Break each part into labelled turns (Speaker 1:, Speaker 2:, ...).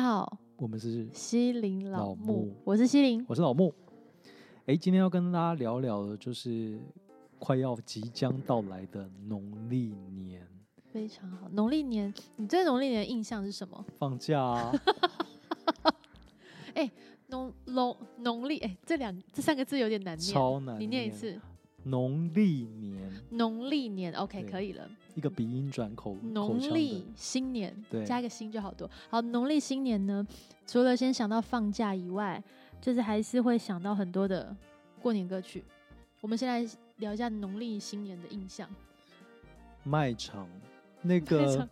Speaker 1: 好，
Speaker 2: 我们是，
Speaker 1: 西林老
Speaker 2: 老
Speaker 1: 木
Speaker 2: 木，
Speaker 1: 我是西林。
Speaker 2: 我是老木。哎，今天要跟大家聊聊的就是快要即将到来的农历年
Speaker 1: 非常好，农历年，你对农历年的印象是什么？
Speaker 2: 放 假啊，
Speaker 1: 农农农历，哎、这两这三个字有点难念，
Speaker 2: 超难。
Speaker 1: 你念一。次。
Speaker 2: 农历年，
Speaker 1: 农历年，OK，
Speaker 2: 对
Speaker 1: 可以了。
Speaker 2: 一个鼻音转口口
Speaker 1: 农
Speaker 2: 腔的
Speaker 1: 历，新年
Speaker 2: 对，
Speaker 1: 加一个新就好多。好，农历新年呢，除了先想到放假以外，就是还是会想到很多的过年歌曲。我们先来聊一下农历新年的印象。
Speaker 2: 卖场 那
Speaker 1: 卖
Speaker 2: 个
Speaker 1: 场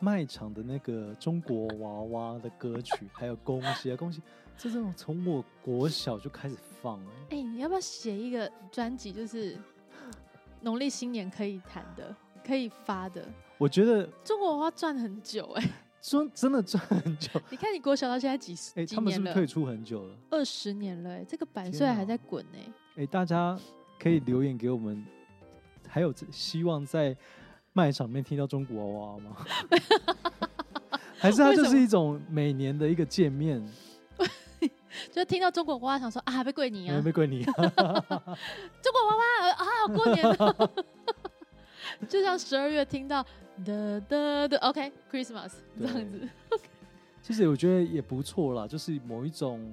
Speaker 2: 卖场的那个中国娃娃的歌曲，还有恭 喜啊恭喜，这种从我国小就开始放了。
Speaker 1: 哎、你要不要写一个专辑，就是农历新年可以弹的，可以发的？
Speaker 2: 我觉得
Speaker 1: 中国娃娃赚很久哎、
Speaker 2: 真真的赚很久，
Speaker 1: 你看你国小到现在几十、
Speaker 2: 哎、
Speaker 1: 几
Speaker 2: 他们是
Speaker 1: 年
Speaker 2: 不
Speaker 1: 了？
Speaker 2: 是退出很久了？
Speaker 1: 二十年了哎、这个版
Speaker 2: 天
Speaker 1: 税还
Speaker 2: 哪
Speaker 1: 在滚哎、
Speaker 2: 哎、大家可以留言给我们，还有这希望在卖场里面听到中国娃娃吗？ 还是它
Speaker 1: 为什
Speaker 2: 就
Speaker 1: 么
Speaker 2: 是一种每年的一个见面，
Speaker 1: 就听到中国娃娃想说啊，被跪你啊
Speaker 2: 没，没归你、啊，
Speaker 1: 中国娃娃啊，过年了， 就像十二月听到的的的，OK，Christmas、这
Speaker 2: 对
Speaker 1: 样子，
Speaker 2: 其实我觉得也不错啦，就是某一种，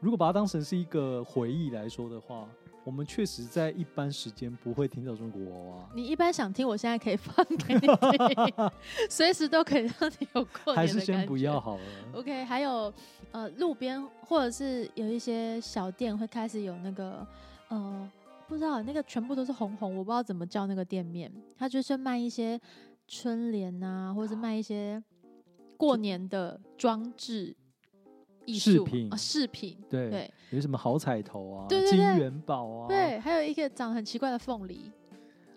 Speaker 2: 如果把它当成是一个回忆来说的话，我们确实在一般时间不会听到中国娃
Speaker 1: 你一般想听，我现在可以放给你听， 随时都可以让你有过年的
Speaker 2: 娃，还是先
Speaker 1: 感
Speaker 2: 不
Speaker 1: 觉哦
Speaker 2: 要。好了。
Speaker 1: OK，还有呃，路边或者是有一些小店会开始有那个呃，不知道那个全部都是红红，我不知道怎么叫那个店面，它就是卖一些春联啊，或者是卖一些过年的装置艺
Speaker 2: 饰
Speaker 1: 术
Speaker 2: 品
Speaker 1: 啊饰品，
Speaker 2: 对，
Speaker 1: 对
Speaker 2: 有什么好彩头啊，
Speaker 1: 对对
Speaker 2: 金
Speaker 1: 对
Speaker 2: 元宝啊，
Speaker 1: 对，还有一个长得很奇怪的凤梨，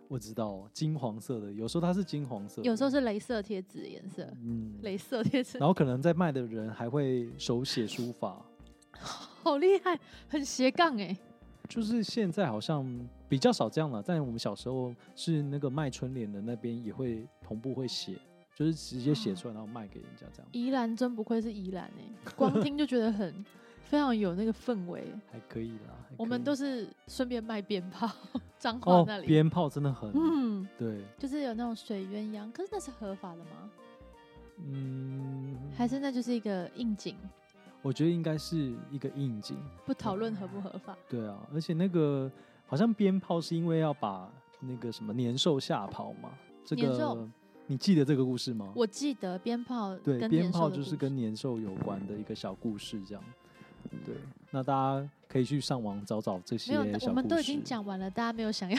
Speaker 2: 我知道金黄色的，有时候它是金黄色的，
Speaker 1: 有时候是镭射贴纸的颜色，
Speaker 2: 嗯，
Speaker 1: 镭射贴纸
Speaker 2: 然后可能在卖的人还会手写书法，
Speaker 1: 好厉害，很斜杠哎、
Speaker 2: 就是现在好像比较少这样了。但我们小时候是那个卖春联的那边也会同步会写，就是直接
Speaker 1: 啊
Speaker 2: 写出来然后卖给人家这样，
Speaker 1: 宜兰真不愧是宜兰哎、 光听就觉得很非常有那个氛围欸、
Speaker 2: 还可以啦。还
Speaker 1: 我
Speaker 2: 可
Speaker 1: 们
Speaker 2: 以
Speaker 1: 都是顺便卖鞭炮， 彰化
Speaker 2: 哦
Speaker 1: 那，里，
Speaker 2: 鞭炮真的很、
Speaker 1: 嗯，
Speaker 2: 对，
Speaker 1: 就是有那种水鸳鸯，可是那是合法的吗？
Speaker 2: 嗯，
Speaker 1: 还是那就是一个应景，
Speaker 2: 我觉得应该是一个应景，
Speaker 1: 不讨论合不合法？
Speaker 2: 对啊，而且那个好像鞭炮是因为要把那个什么年兽吓跑嘛，这
Speaker 1: 年兽
Speaker 2: 个你记得这个故事吗？
Speaker 1: 我记得鞭炮
Speaker 2: 对，
Speaker 1: 跟
Speaker 2: 鞭
Speaker 1: 年兽
Speaker 2: 炮
Speaker 1: 的
Speaker 2: 就是
Speaker 1: 故
Speaker 2: 跟
Speaker 1: 事
Speaker 2: 年兽有关的一个小故事，这样。对，那大家可以去上网找找这些
Speaker 1: 没有，
Speaker 2: 小
Speaker 1: 我们
Speaker 2: 故
Speaker 1: 都已经
Speaker 2: 事
Speaker 1: 讲完了，大家没有想要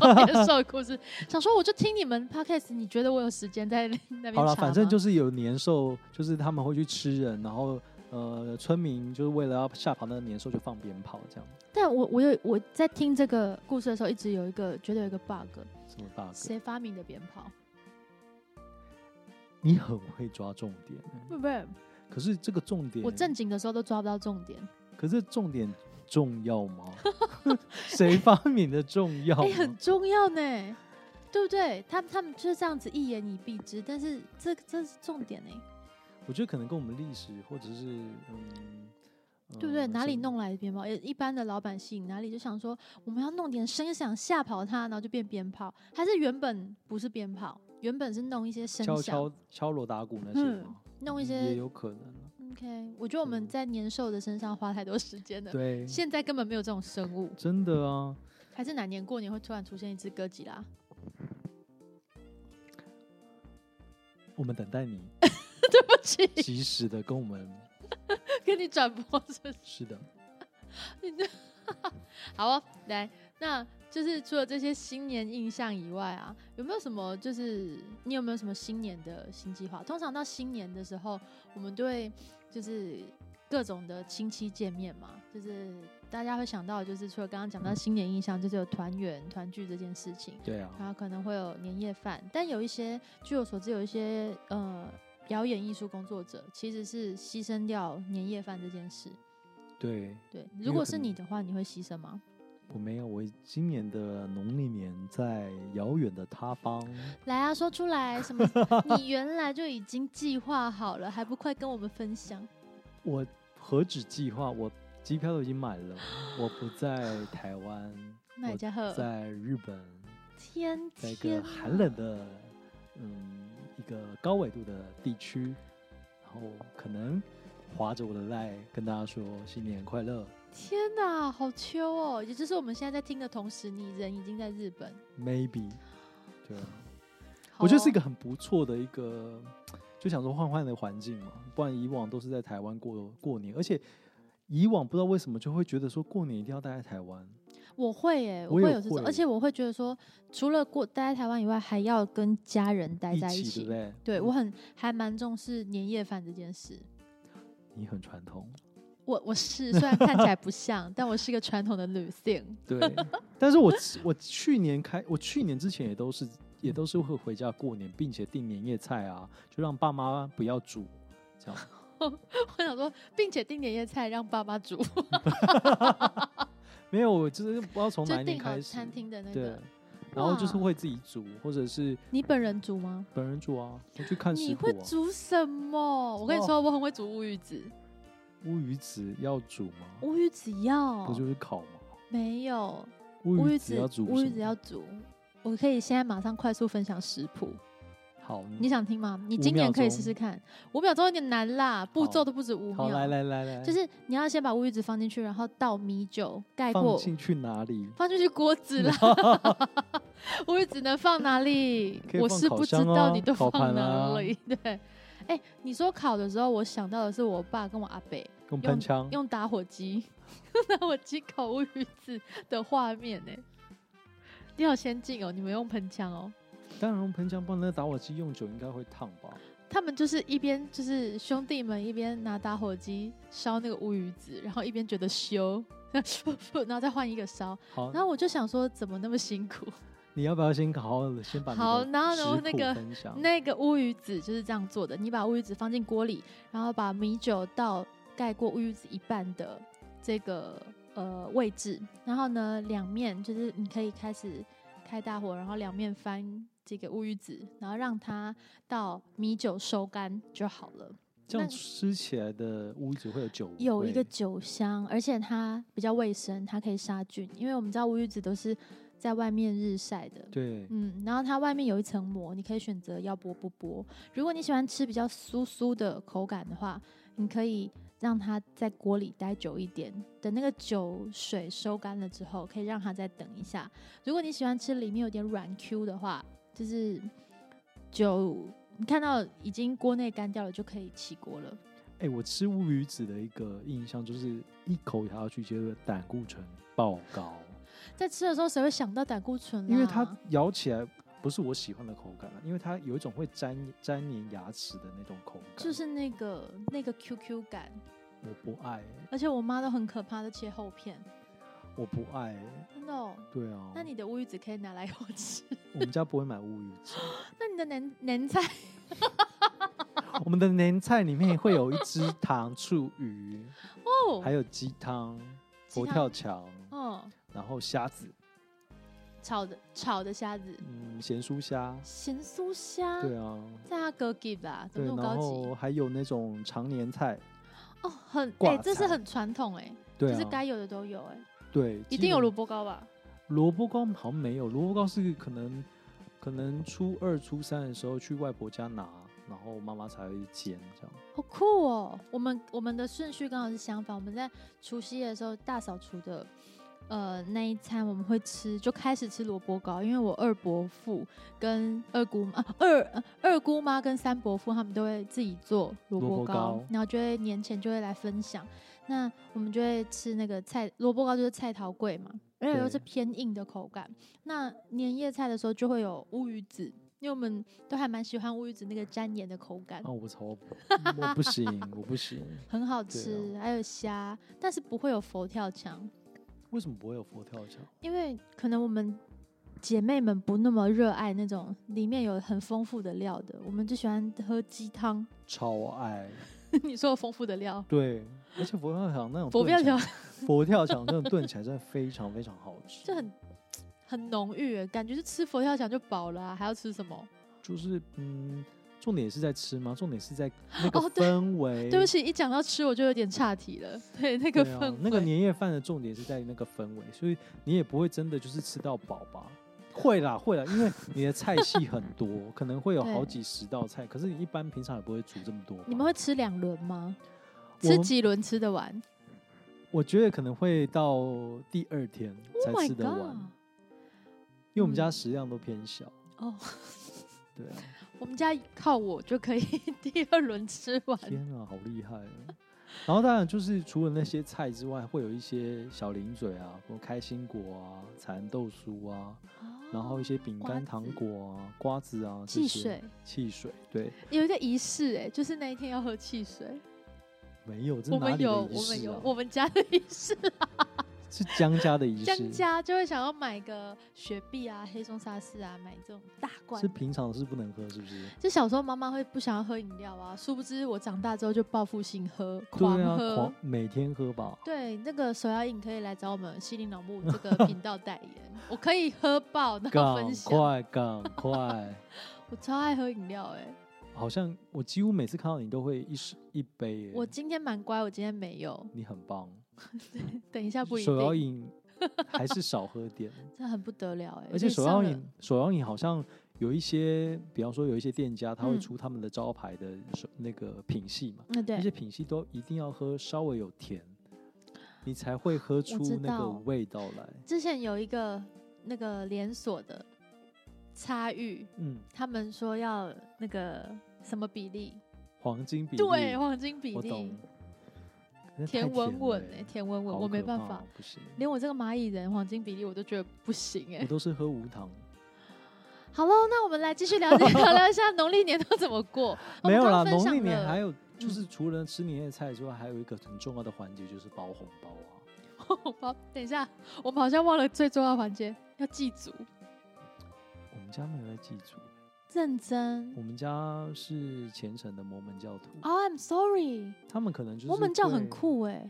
Speaker 1: 聊年兽的故事，想说我就听你们 podcast，你觉得我有时间在那边
Speaker 2: 好了，
Speaker 1: 查
Speaker 2: 反正
Speaker 1: 吗
Speaker 2: 就是有年兽，就是他们会去吃人，然后呃，村民就是为了要吓跑那个年兽，就放鞭炮这样。
Speaker 1: 但我我有我在听这个故事的时候，一直有一个觉得有一个 bug，
Speaker 2: 什么 bug？
Speaker 1: 谁发明的鞭炮？
Speaker 2: 你很会抓重点，欸
Speaker 1: 不不，
Speaker 2: 可是这个重点，
Speaker 1: 我正经的时候都抓不到重点。
Speaker 2: 可是重点重要吗？ 谁发明的重要吗？
Speaker 1: 哎、很重要呢，对不对？他他们就是这样子一言以蔽之，但是这这是重点呢，
Speaker 2: 嗯我觉得可能跟我们历史或者是嗯，
Speaker 1: 对不对？
Speaker 2: 呃
Speaker 1: 哪里
Speaker 2: 什么
Speaker 1: 弄来的鞭炮？呃一般的老百姓哪里就想说我们要弄点声响吓跑他，然后就变鞭炮，还是原本不是鞭炮，原本是弄一些声
Speaker 2: 敲
Speaker 1: 响，
Speaker 2: 敲敲锣打鼓那些
Speaker 1: 嗯
Speaker 2: 吗？
Speaker 1: 弄一
Speaker 2: 也
Speaker 1: 些。
Speaker 2: 有可能啊。
Speaker 1: OK，我觉得我们
Speaker 2: 嗯
Speaker 1: 在年兽的身上花太多时间了。
Speaker 2: 对，
Speaker 1: 现在根本没有这种生物，
Speaker 2: 真的啊，
Speaker 1: 还是哪年过年会突然出现一只哥吉拉？
Speaker 2: 我们等待你
Speaker 1: 对不起，
Speaker 2: 及时的跟我们。
Speaker 1: 跟你转播是 不是
Speaker 2: 是的，
Speaker 1: 好哦，来，那就是除了这些新年印象以外啊，有没有什么就是你有没有什么新年的新计划？通常到新年的时候，我们对就是各种的亲戚见面嘛，就是大家会想到就是除了刚刚讲到新年印象，就是有团圆团聚这件事情。
Speaker 2: 对
Speaker 1: 然
Speaker 2: 啊，
Speaker 1: 后可能会有年夜饭，但有一些，据我所知，有一些呃表演艺术工作者其实是牺牲掉年夜饭这件事。
Speaker 2: 对，
Speaker 1: 对，
Speaker 2: 有
Speaker 1: 如果
Speaker 2: 可
Speaker 1: 是你
Speaker 2: 能
Speaker 1: 的话，你会牺牲吗？
Speaker 2: 我没有，我今年的农历年在遥远的他方，
Speaker 1: 来啊，说出来什 么？你原来就已经计划好了，还不快跟我们分享？
Speaker 2: 我何止计划，我机票都已经买了，我不在台湾，
Speaker 1: 那家
Speaker 2: 我
Speaker 1: 伙，
Speaker 2: 在日本，
Speaker 1: 天
Speaker 2: 在一
Speaker 1: 天
Speaker 2: 个
Speaker 1: 啊，
Speaker 2: 寒冷的，嗯，一个高纬度的地区，然后可能划着我的赖跟大家说新年快乐。
Speaker 1: 天哪，好秋哦！也就是我们现在在听的同时，你人已经在日本。
Speaker 2: Maybe，对啊，
Speaker 1: 好
Speaker 2: 我觉得是一
Speaker 1: 哦
Speaker 2: 个很不错的一个，就想说换换的环境嘛，不然以往都是在台湾过过年，而且以往不知道为什么就会觉得说过年一定要待在台湾，
Speaker 1: 我会耶，
Speaker 2: 我
Speaker 1: 会
Speaker 2: 也
Speaker 1: 有这种，
Speaker 2: 会
Speaker 1: 而且我会觉得说，除了过待在台湾以外，还要跟家人待
Speaker 2: 一
Speaker 1: 在
Speaker 2: 起
Speaker 1: 一
Speaker 2: 对不对？嗯
Speaker 1: 对我很还蛮重视年夜饭这件事。
Speaker 2: 你很传统，
Speaker 1: 我我是虽然看起来不像， 但我是一个传统的女性。
Speaker 2: 对。 但是我我去年开，我去年之前也都是也都是会回家过年，并且订年夜菜啊，就让爸妈不要煮，这样
Speaker 1: 我想说，并且订年夜菜让爸妈煮，
Speaker 2: 没有，我就是不知道从哪
Speaker 1: 就
Speaker 2: 一年
Speaker 1: 订好
Speaker 2: 开始，
Speaker 1: 餐厅的那
Speaker 2: 对
Speaker 1: 个。，
Speaker 2: 然后就是
Speaker 1: 哇
Speaker 2: 会自己煮，或者是
Speaker 1: 你本人煮吗？
Speaker 2: 本人煮啊，我去看食
Speaker 1: 你
Speaker 2: 谱
Speaker 1: 会
Speaker 2: 啊。哦
Speaker 1: 煮什么？我跟你说，我很会煮乌鱼子，
Speaker 2: 乌鱼子要煮吗？
Speaker 1: 乌鱼子要
Speaker 2: 不就是烤吗？
Speaker 1: 没有
Speaker 2: 乌
Speaker 1: 乌
Speaker 2: 鱼
Speaker 1: 鱼
Speaker 2: 子
Speaker 1: 子
Speaker 2: 要煮，
Speaker 1: 乌鱼子要。煮。我可以现在马上快速分享食谱，
Speaker 2: 嗯好，
Speaker 1: 你想听吗？你
Speaker 2: 五
Speaker 1: 今年
Speaker 2: 秒
Speaker 1: 可以
Speaker 2: 钟
Speaker 1: 试试看，五秒钟有点难啦，步骤都不止五
Speaker 2: 好
Speaker 1: 秒。
Speaker 2: 来来来来，
Speaker 1: 就是你要先把乌鱼子放进去，然后倒米酒盖
Speaker 2: 放
Speaker 1: 过，
Speaker 2: 进去哪里？
Speaker 1: 放进去锅子 啦。乌鱼子能放哪里
Speaker 2: 可？以
Speaker 1: 我
Speaker 2: 放
Speaker 1: 是
Speaker 2: 烤
Speaker 1: 不知
Speaker 2: 箱啊
Speaker 1: 道你都
Speaker 2: 烤
Speaker 1: 放
Speaker 2: 盘啊
Speaker 1: 哪里。对，哎、你说烤的时候，我想到的是我爸跟我阿伯
Speaker 2: 用喷枪？
Speaker 1: 用打火机 打火机烤乌鱼子的画面呢、你好先进哦，你们用喷枪哦。
Speaker 2: 当然用喷枪，不然那打火机用久应该会烫吧？
Speaker 1: 他们就是一边就是兄弟们一边拿打火机烧那个乌鱼子，然后一边觉得羞， 然后再换一个烧。
Speaker 2: 好
Speaker 1: 然，后我就想说，怎么那么辛苦？
Speaker 2: 你要不要先好好的先把你
Speaker 1: 好
Speaker 2: 的
Speaker 1: 然后呢
Speaker 2: 食
Speaker 1: 我那
Speaker 2: 谱
Speaker 1: 个
Speaker 2: 分享？
Speaker 1: 那个乌鱼子就是这样做的，你把乌鱼子放进锅里，然后把米酒倒盖过乌鱼子一半的这个呃位置，然后呢两面就是你可以开始开大火，然后两面翻这个乌鱼子，然后让它到米酒收干就好了。
Speaker 2: 这样
Speaker 1: 那
Speaker 2: 吃起来的乌鱼子会有酒味，
Speaker 1: 有一个酒香，而且它比较卫生，它可以杀菌，因为我们知道乌鱼子都是在外面日晒的。
Speaker 2: 对，
Speaker 1: 嗯，然后它外面有一层膜，你可以选择要剥不剥。如果你喜欢吃比较酥酥的口感的话，你可以让它在锅里待久一点，等那个酒水收干了之后，可以让它再等一下。如果你喜欢吃里面有点软 Q 的话，就是酒你看到已经锅内干掉了，就可以起锅了。
Speaker 2: 哎，我吃乌鱼子的一个印象就是一口咬下去，觉得胆固醇爆高，
Speaker 1: 在吃的时候，谁会想到胆固醇、啊？
Speaker 2: 因为它咬起来不是我喜欢的口感了，因为它有一种会粘粘黏牙齿的那种口感，
Speaker 1: 就是那个那个 QQ 感，
Speaker 2: 我不爱，
Speaker 1: 而且我妈都很可怕的切厚片，
Speaker 2: 我不爱，
Speaker 1: 真的、哦。
Speaker 2: 对啊。
Speaker 1: 那你的乌鱼子可以拿来我吃，
Speaker 2: 我们家不会买乌鱼子，
Speaker 1: 那你的南南菜
Speaker 2: 我们的年菜里面会有一只糖醋鱼，
Speaker 1: 哦，
Speaker 2: 还有鸡汤、
Speaker 1: 鸡
Speaker 2: 佛
Speaker 1: 汤
Speaker 2: 跳墙，
Speaker 1: 嗯，
Speaker 2: 然后虾子，
Speaker 1: 炒的炒的虾子，
Speaker 2: 嗯，咸酥虾，
Speaker 1: 咸酥虾，
Speaker 2: 对啊，
Speaker 1: 在阿哥给吧，怎
Speaker 2: 对，
Speaker 1: 么那么
Speaker 2: 然
Speaker 1: 高级
Speaker 2: 后还有那种常年菜，
Speaker 1: 哦？很
Speaker 2: 挂
Speaker 1: 哎、这是
Speaker 2: 菜
Speaker 1: 很传统哎、
Speaker 2: 对
Speaker 1: 就是
Speaker 2: 啊
Speaker 1: 该，有的都有哎、
Speaker 2: 对，
Speaker 1: 一
Speaker 2: 基
Speaker 1: 定有
Speaker 2: 本
Speaker 1: 萝卜糕吧？
Speaker 2: 萝卜糕好像没有，萝卜糕是可能可能初二初三的时候去外婆家拿，然后妈妈才会煎这样。
Speaker 1: 好酷哦！我们我们的顺序刚好是相反，我们在除夕夜的时候大扫除的。呃，那一餐我们会吃，就开始吃萝卜糕，因为我二伯父跟二姑妈、啊、二呃二姑妈跟三伯父他们都会自己做萝
Speaker 2: 萝
Speaker 1: 卜
Speaker 2: 卜
Speaker 1: 糕，
Speaker 2: 糕
Speaker 1: 然后就会年前就会来分享。那我们就会吃那个菜萝卜糕，就是菜桃桂嘛，而且
Speaker 2: 对
Speaker 1: 又是偏硬的口感。那年夜菜的时候就会有乌鱼子，因为我们都还蛮喜欢乌鱼子那个粘黏的口感。
Speaker 2: 啊，我超我不 行，我不行。
Speaker 1: 很
Speaker 2: 啊
Speaker 1: 好吃，还有虾，但是不会有佛跳墙，
Speaker 2: 为什么不会有佛跳墙？
Speaker 1: 因为可能我们姐妹们不那么热爱那种里面有很丰富的料的，我们就喜欢喝鸡汤。
Speaker 2: 超爱，
Speaker 1: 你说有丰富的料，
Speaker 2: 对，而且佛跳墙那种
Speaker 1: 佛
Speaker 2: 炖
Speaker 1: 跳
Speaker 2: 起来
Speaker 1: 墙
Speaker 2: 佛跳墙那种炖起来真的非常非常好 吃，
Speaker 1: 就很很浓郁耶，感觉就吃佛跳墙就饱了啊、还要吃什么？
Speaker 2: 就是嗯，重点是在吃吗？重点是在那个
Speaker 1: 哦对
Speaker 2: 氛围。
Speaker 1: 对不起，一讲到吃我就有点岔题了。 对，那
Speaker 2: 对
Speaker 1: 个
Speaker 2: 啊
Speaker 1: 氛围，
Speaker 2: 那个年夜饭的重点是在那个氛围，所以你也不会真的就是吃到饱吧？会啦，会啦，因为你的菜系很多，可能会有好
Speaker 1: 对
Speaker 2: 几十道菜，可是你一般平常也不会煮这么多吧。
Speaker 1: 你们会吃两轮吗？
Speaker 2: 我
Speaker 1: 吃
Speaker 2: 们
Speaker 1: 几轮吃得完？Oh
Speaker 2: 我觉得可能会到第二天才
Speaker 1: ？Oh my
Speaker 2: 吃得完
Speaker 1: god！
Speaker 2: 因为我们
Speaker 1: 嗯
Speaker 2: 家食量都偏小。
Speaker 1: 哦，
Speaker 2: 对啊，
Speaker 1: 我们家靠我就可以 第二轮吃完。
Speaker 2: 天啊，好厉害、啊！然后当然就是除了那些菜之外，会有一些小零嘴啊，什么开心果啊、蚕豆酥啊，然后一些饼
Speaker 1: 瓜
Speaker 2: 干、
Speaker 1: 子
Speaker 2: 糖果啊、瓜子啊，这
Speaker 1: 汽
Speaker 2: 些、
Speaker 1: 水
Speaker 2: 汽水，对，
Speaker 1: 有一个仪式哎、就是那一天要喝汽水。
Speaker 2: 没有，这
Speaker 1: 我
Speaker 2: 哪
Speaker 1: 们
Speaker 2: 里
Speaker 1: 有，
Speaker 2: 的仪
Speaker 1: 我们
Speaker 2: 式
Speaker 1: 有
Speaker 2: 啊？
Speaker 1: 我们家的仪式。
Speaker 2: 是江家的仪
Speaker 1: 江
Speaker 2: 式，
Speaker 1: 家就会想要买个雪碧啊、黑松沙士啊，买这种大罐
Speaker 2: 是
Speaker 1: 的。
Speaker 2: 平常是不能喝，是不是？
Speaker 1: 就小时候妈妈会不想要喝饮料啊，殊不知我长大之后就报复性喝，
Speaker 2: 对啊，
Speaker 1: 喝。
Speaker 2: 狂每天 喝吧。
Speaker 1: 对，那个手摇饮可以来找我们西林老木这 个频道代言，我可以喝爆，然后
Speaker 2: 赶
Speaker 1: 分享。
Speaker 2: 快，赶快！
Speaker 1: 我超爱喝饮料哎、
Speaker 2: 好像我几乎每次看到你都会一时一杯耶，
Speaker 1: 我今天蛮乖，我今天没有。
Speaker 2: 你很棒。
Speaker 1: 等一下不一
Speaker 2: 手摇
Speaker 1: 定，
Speaker 2: 饮还是少喝点，
Speaker 1: 这很不得了哎、
Speaker 2: 而且
Speaker 1: 你
Speaker 2: 手
Speaker 1: 上
Speaker 2: 摇
Speaker 1: 了
Speaker 2: 饮手摇饮好像有一些，比方说有一些店家他会
Speaker 1: 嗯
Speaker 2: 出他们的招牌的手那个品系嘛，
Speaker 1: 嗯
Speaker 2: 那
Speaker 1: 对
Speaker 2: 些，品系都一定要喝稍微有甜，你才会喝出
Speaker 1: 知
Speaker 2: 那个
Speaker 1: 道
Speaker 2: 味道来。
Speaker 1: 之前有一个那个连锁的差玉，
Speaker 2: 嗯，
Speaker 1: 他们说要那个什么比例？
Speaker 2: 黄金比例，
Speaker 1: 对，黄金比
Speaker 2: 我
Speaker 1: 例
Speaker 2: 懂。。那太
Speaker 1: 田文文
Speaker 2: 了
Speaker 1: 哎、
Speaker 2: 欸
Speaker 1: 田文文，
Speaker 2: 好
Speaker 1: 我没
Speaker 2: 可
Speaker 1: 办
Speaker 2: 怕
Speaker 1: 法
Speaker 2: 哦，不行，
Speaker 1: 连我这个蚂蚁人黄金比例我都觉得不行 哎、
Speaker 2: 我都是喝无糖。
Speaker 1: 好喽，那我们来继续了解聊聊一下农历年都怎么 过。我
Speaker 2: 没
Speaker 1: 们
Speaker 2: 有
Speaker 1: 刚刚
Speaker 2: 啦，
Speaker 1: 分
Speaker 2: 农
Speaker 1: 享
Speaker 2: 历年
Speaker 1: 了
Speaker 2: 还有就
Speaker 1: 嗯
Speaker 2: 是除了吃年夜菜之外，还有一个很重要的环节就是包红包啊。
Speaker 1: 好，等一下，我们好像忘了最重要的环节，要祭祖。
Speaker 2: 我们家没有在祭祖，
Speaker 1: 认真。
Speaker 2: 我们家是虔诚的摩门教徒，
Speaker 1: Oh, I'm sorry，
Speaker 2: 他们可能就是
Speaker 1: 摩门教
Speaker 2: 会
Speaker 1: 很。酷哎、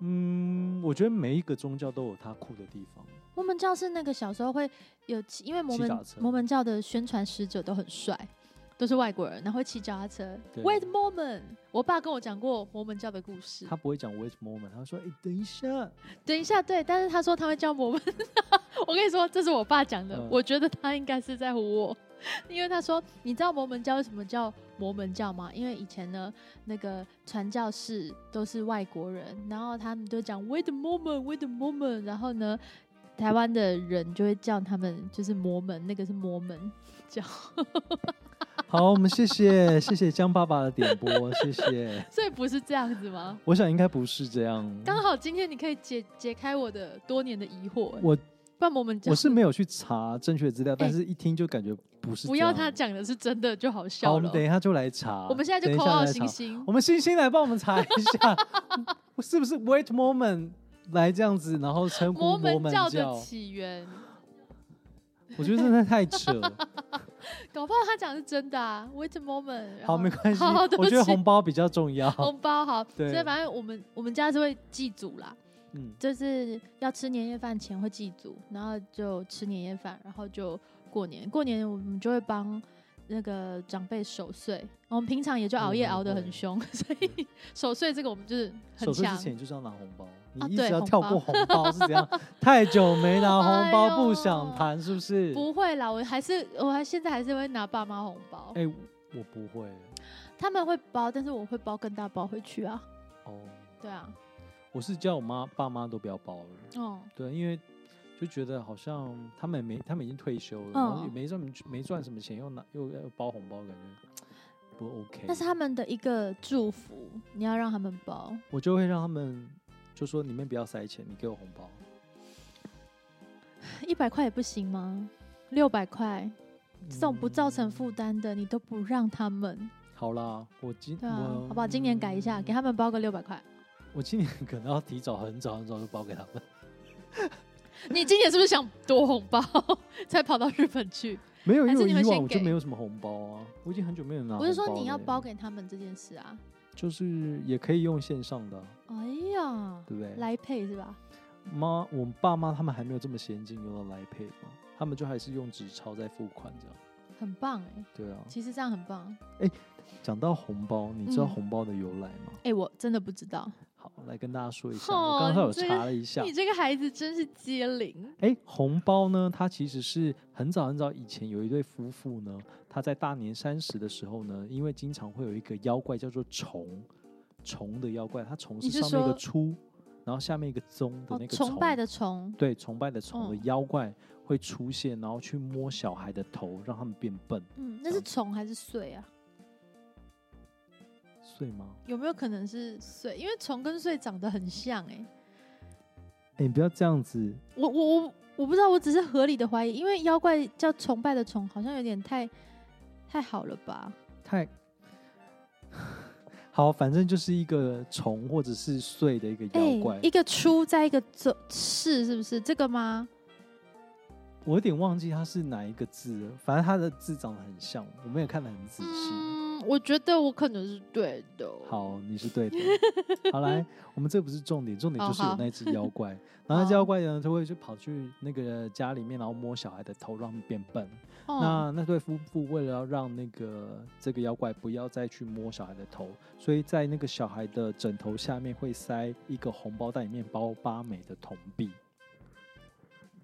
Speaker 2: 嗯，我觉得每一个宗教都有它酷的地方。
Speaker 1: 摩门教是那个小时候会有骑，因为摩
Speaker 2: 骑脚
Speaker 1: 门
Speaker 2: 车
Speaker 1: 摩门教的宣传使者都很帅，都是外国人，然后会骑脚踏车。
Speaker 2: 对
Speaker 1: Wait a moment，我爸跟我讲过摩门教的故事
Speaker 2: 他。不会讲 wait moment，他说：“哎、等 一下。
Speaker 1: 等一下，对，但是他说他会叫摩门。 我跟你说，这是我爸讲的，
Speaker 2: 嗯
Speaker 1: 我觉得他应该是在唬我，因为他说，你知道摩门教为什么叫摩门教吗？因为以前呢，那个传教士都是外国人，然后他们就讲 “wait a moment，wait a moment”，然后呢，台湾的人就会叫他们就是摩门，那个是摩门。”
Speaker 2: 好，我们谢谢谢谢江爸爸的点播，谢谢。
Speaker 1: 所以不是这样子吗？
Speaker 2: 我想应该不是这样，
Speaker 1: 刚好今天你可以解解开我的多年的疑惑、欸
Speaker 2: 我
Speaker 1: 不然摩门教
Speaker 2: 我是没有去查正确资料，但
Speaker 1: 哎
Speaker 2: 是一听就感觉不是这样。
Speaker 1: 不要他讲的是真的就好
Speaker 2: 好，
Speaker 1: 笑
Speaker 2: 我
Speaker 1: 了
Speaker 2: 们等
Speaker 1: 哦。
Speaker 2: 一下就来查。
Speaker 1: 我们现在就
Speaker 2: 等一
Speaker 1: 扣
Speaker 2: 下
Speaker 1: 号
Speaker 2: 来查
Speaker 1: 星星。
Speaker 2: 我们星星来帮我们查一下， 是不是 Wait Moment 来这样子，然后称呼
Speaker 1: 摩门
Speaker 2: 门
Speaker 1: 教
Speaker 2: 教？
Speaker 1: 的起源，
Speaker 2: 我觉得真的太扯了。
Speaker 1: 搞不好他讲的是真的啊。Wait a moment，然
Speaker 2: 好，
Speaker 1: 后
Speaker 2: 没关系
Speaker 1: 好好，对不
Speaker 2: 我觉得
Speaker 1: 起哦
Speaker 2: 红包比较重要。
Speaker 1: 红包好，所
Speaker 2: 对
Speaker 1: 以反正我们我们家是会祭祖啦，
Speaker 2: 嗯，
Speaker 1: 就是要吃年夜饭前会祭祖，然后就吃年夜饭，然后就过年。过年我们就会帮那个长辈守岁，我们平常也就熬夜
Speaker 2: 嗯
Speaker 1: 熬得
Speaker 2: 会
Speaker 1: 很凶，所以 守岁这个我们就是很
Speaker 2: 手术之
Speaker 1: 强。
Speaker 2: 前就是要拿红包，
Speaker 1: 啊
Speaker 2: 你一
Speaker 1: 对
Speaker 2: 直要
Speaker 1: 红
Speaker 2: 跳过红包是怎样？太久没拿红包，
Speaker 1: 哎
Speaker 2: 不
Speaker 1: 呦
Speaker 2: 想谈是不是？
Speaker 1: 不会啦，我还是我还现在还是会拿爸妈红包，
Speaker 2: 哎，我不会
Speaker 1: 他们会包，但是我会包更大包回去啊。
Speaker 2: 哦，
Speaker 1: 对啊，
Speaker 2: 我是叫我妈爸妈都不要包了，
Speaker 1: 嗯。
Speaker 2: 对，因为。就觉得好像他们也没，他们已经退休了，
Speaker 1: 嗯
Speaker 2: 然后也没赚没赚什么钱，又拿又要包红包，感觉不 OK。
Speaker 1: 那是他们的一个祝福，你要让他们包。
Speaker 2: 我就会让他们就说里面不要塞钱，你给我红包。
Speaker 1: 一百块也不行吗？六百块这种不造成负
Speaker 2: 嗯
Speaker 1: 担的，你都不让他们，
Speaker 2: 好啦，我今
Speaker 1: 对啊
Speaker 2: 我，嗯
Speaker 1: 好不好？今年改一下，给他们包个六百块。
Speaker 2: 我今年可能要提早很早很早就包给他们。
Speaker 1: 你今年是不是想多红包， 才跑到日本去？
Speaker 2: 没有，
Speaker 1: 还
Speaker 2: 因
Speaker 1: 是
Speaker 2: 为我
Speaker 1: 你们
Speaker 2: 以往
Speaker 1: 先
Speaker 2: 我就
Speaker 1: 给
Speaker 2: 没有什么红包啊，我已经很久没有拿红包了耶。
Speaker 1: 我是说你要包给他们这件事啊，
Speaker 2: 就是也可以用线上的啊、
Speaker 1: 哎呀，
Speaker 2: 对不对？
Speaker 1: 来配是吧？
Speaker 2: 妈，我们爸妈他们还没有这么先进，用到 Line Pay 嘛，他们就还是用纸钞在付款这样。
Speaker 1: 很棒哎、
Speaker 2: 对啊，
Speaker 1: 其实这样很棒。
Speaker 2: 讲到红包，你知道
Speaker 1: 嗯
Speaker 2: 红包的由来吗？
Speaker 1: 哎、我真的不知道，
Speaker 2: 好，来跟大家说一下，
Speaker 1: 哦
Speaker 2: 我刚才有
Speaker 1: 你这个
Speaker 2: 查了一下
Speaker 1: 你，这个孩子真是接灵。
Speaker 2: 哎，红包呢，它其实是很早很早以前有一对夫妇呢，他在大年三十的时候呢，因为经常会有一个妖怪叫做虫，虫的妖怪，它虫是
Speaker 1: 你是
Speaker 2: 上面一
Speaker 1: 说
Speaker 2: 个出，然后下面一个宗的
Speaker 1: 哦
Speaker 2: 那，个虫，
Speaker 1: 崇拜的崇，
Speaker 2: 对，崇拜的虫的
Speaker 1: 嗯
Speaker 2: 妖怪会出现，然后去摸小孩的头，让他们变笨，
Speaker 1: 嗯，那是虫还是岁啊？
Speaker 2: 碎吗？
Speaker 1: 有没有可能是岁？因为虫跟岁长得很像哎、
Speaker 2: 哎，你不要这样子，
Speaker 1: 我我我我不知道，我只是合理的怀疑，因为妖怪叫崇拜的崇，好像有点太太好了吧？
Speaker 2: 太 好，反正就是一个虫或者是碎的一个妖怪，
Speaker 1: 哎一个出在一个走是是不是这个吗？
Speaker 2: 我有点忘记它是哪一个字了，反正它的字长得很像，我们也看得很仔细。
Speaker 1: 嗯，我觉得我可能是对的。，
Speaker 2: 好，你 是对的。好，来，我们这不是重点，重点
Speaker 1: 哦
Speaker 2: 就是有
Speaker 1: 好
Speaker 2: 那只妖怪。然后那 只
Speaker 1: 好
Speaker 2: 妖怪呢，就会去跑去那个家里面，然后摸小孩的头，让他们变笨。
Speaker 1: 哦、
Speaker 2: 那那对夫妇为了要让那个这个妖怪不要再去摸小孩的头，所以在那个小孩的枕头下面会塞一个红包袋，里面包八枚的铜币。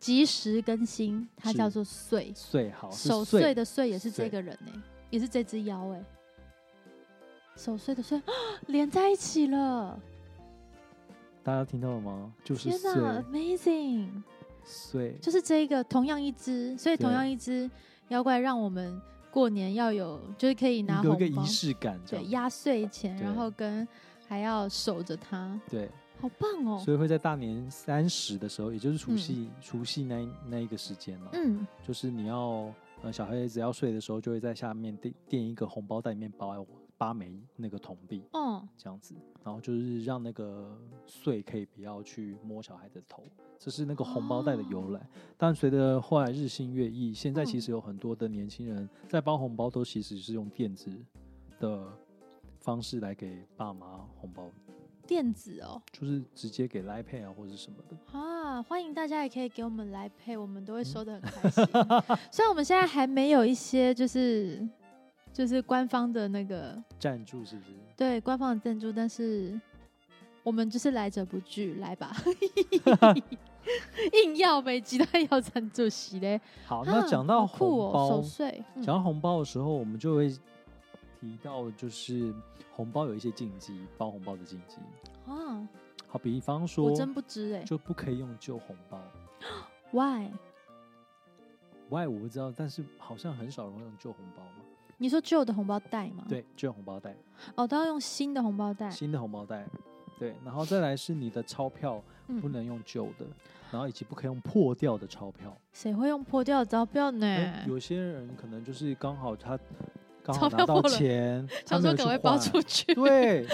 Speaker 1: 及时更新，它
Speaker 2: 是
Speaker 1: 叫做岁，
Speaker 2: 碎好是
Speaker 1: 守
Speaker 2: 碎
Speaker 1: 岁的岁也是这
Speaker 2: 岁
Speaker 1: 个人哎、也是这只妖哎、守岁的岁、 啊连在一起了，
Speaker 2: 大家听到了吗？就是
Speaker 1: 天
Speaker 2: 碎
Speaker 1: 哪，amazing！
Speaker 2: 碎
Speaker 1: 就是这一个同样一只，所以
Speaker 2: 对
Speaker 1: 同样一只妖怪让我们过年要有，就是可以拿
Speaker 2: 有一
Speaker 1: 红
Speaker 2: 个
Speaker 1: 包
Speaker 2: 仪，式感，这
Speaker 1: 对，
Speaker 2: 样
Speaker 1: 压岁钱，
Speaker 2: 对
Speaker 1: 然后跟还要守着它，
Speaker 2: 对，
Speaker 1: 好棒哦！
Speaker 2: 所以会在大年三十的时候，也就是除夕，除夕那一那一个时间了，
Speaker 1: 嗯，
Speaker 2: 就是你要呃小孩子要睡的时候，就会在下面垫垫一个红包袋，里面包八枚那个铜币
Speaker 1: 哦，
Speaker 2: 这样子，然后就是让那个岁可以不要去摸小孩的头。这是那个红包袋的由来，但随着后来日新月异，现在
Speaker 1: 哦
Speaker 2: 其
Speaker 1: 嗯
Speaker 2: 实有很多的年轻人在包红包都其实是用电子的方式来给爸妈红包
Speaker 1: 电子哦，
Speaker 2: 就是直接给 Line Pay 啊或者什么的。
Speaker 1: 啊，欢迎大家也可以给我们来配，我们都会收的很开 心。虽然我们现在还没有一些就是就是官方的那个
Speaker 2: 赞助是不是？
Speaker 1: 对官方的赞助，但是我们就是来者不拒，来 吧，硬要呗，鸡蛋要赞助席嘞。
Speaker 2: 好，
Speaker 1: 啊
Speaker 2: 那讲
Speaker 1: 好
Speaker 2: 到
Speaker 1: 酷
Speaker 2: 红包，
Speaker 1: 哦，守岁，嗯
Speaker 2: 讲到红包的时候，我们就会提到就是红包有一些禁忌，包红包的禁忌。
Speaker 1: 啊，
Speaker 2: 好，比方说
Speaker 1: 我真不知哎、
Speaker 2: 就不可以用旧红包。
Speaker 1: w h y
Speaker 2: 外我不知道，但是好像很少人会用旧红包嘛。
Speaker 1: 你说旧的红包袋吗？，
Speaker 2: 对，旧红包袋，
Speaker 1: 哦，都要用新的红包袋，
Speaker 2: 新的红包袋，对，然后再来是你的钞票
Speaker 1: 嗯
Speaker 2: 不能用旧的，然后以及不可以用破掉的钞票。
Speaker 1: 谁会用破掉的钞票呢？
Speaker 2: 哎有些人可能就是刚好他刚好
Speaker 1: 嗯钞
Speaker 2: 拿
Speaker 1: 票
Speaker 2: 到
Speaker 1: 破了
Speaker 2: 钱， 他
Speaker 1: 想
Speaker 2: 没
Speaker 1: 说赶快
Speaker 2: 有去
Speaker 1: 包
Speaker 2: 换
Speaker 1: 出去，
Speaker 2: 对，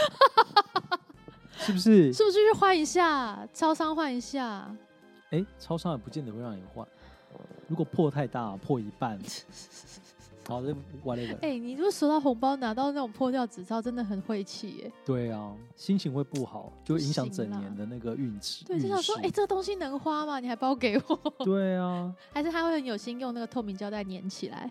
Speaker 2: 是不是？
Speaker 1: 是不是去换一下超商换一下？
Speaker 2: 哎、超商也不见得会让你换，如果破太大，破一 半，好的，whatever、
Speaker 1: 哎、你如果收到红包拿到那种破掉纸钞，真的很晦气耶。
Speaker 2: 对啊，心情会不好，就会影响
Speaker 1: 不
Speaker 2: 整
Speaker 1: 行啦
Speaker 2: 年的那个运气。
Speaker 1: 对，就
Speaker 2: 运
Speaker 1: 想说，
Speaker 2: 势
Speaker 1: 哎、这个东西能花吗？你还包给我？
Speaker 2: 对啊，
Speaker 1: 还是他会很有心用那个透明胶带粘起来？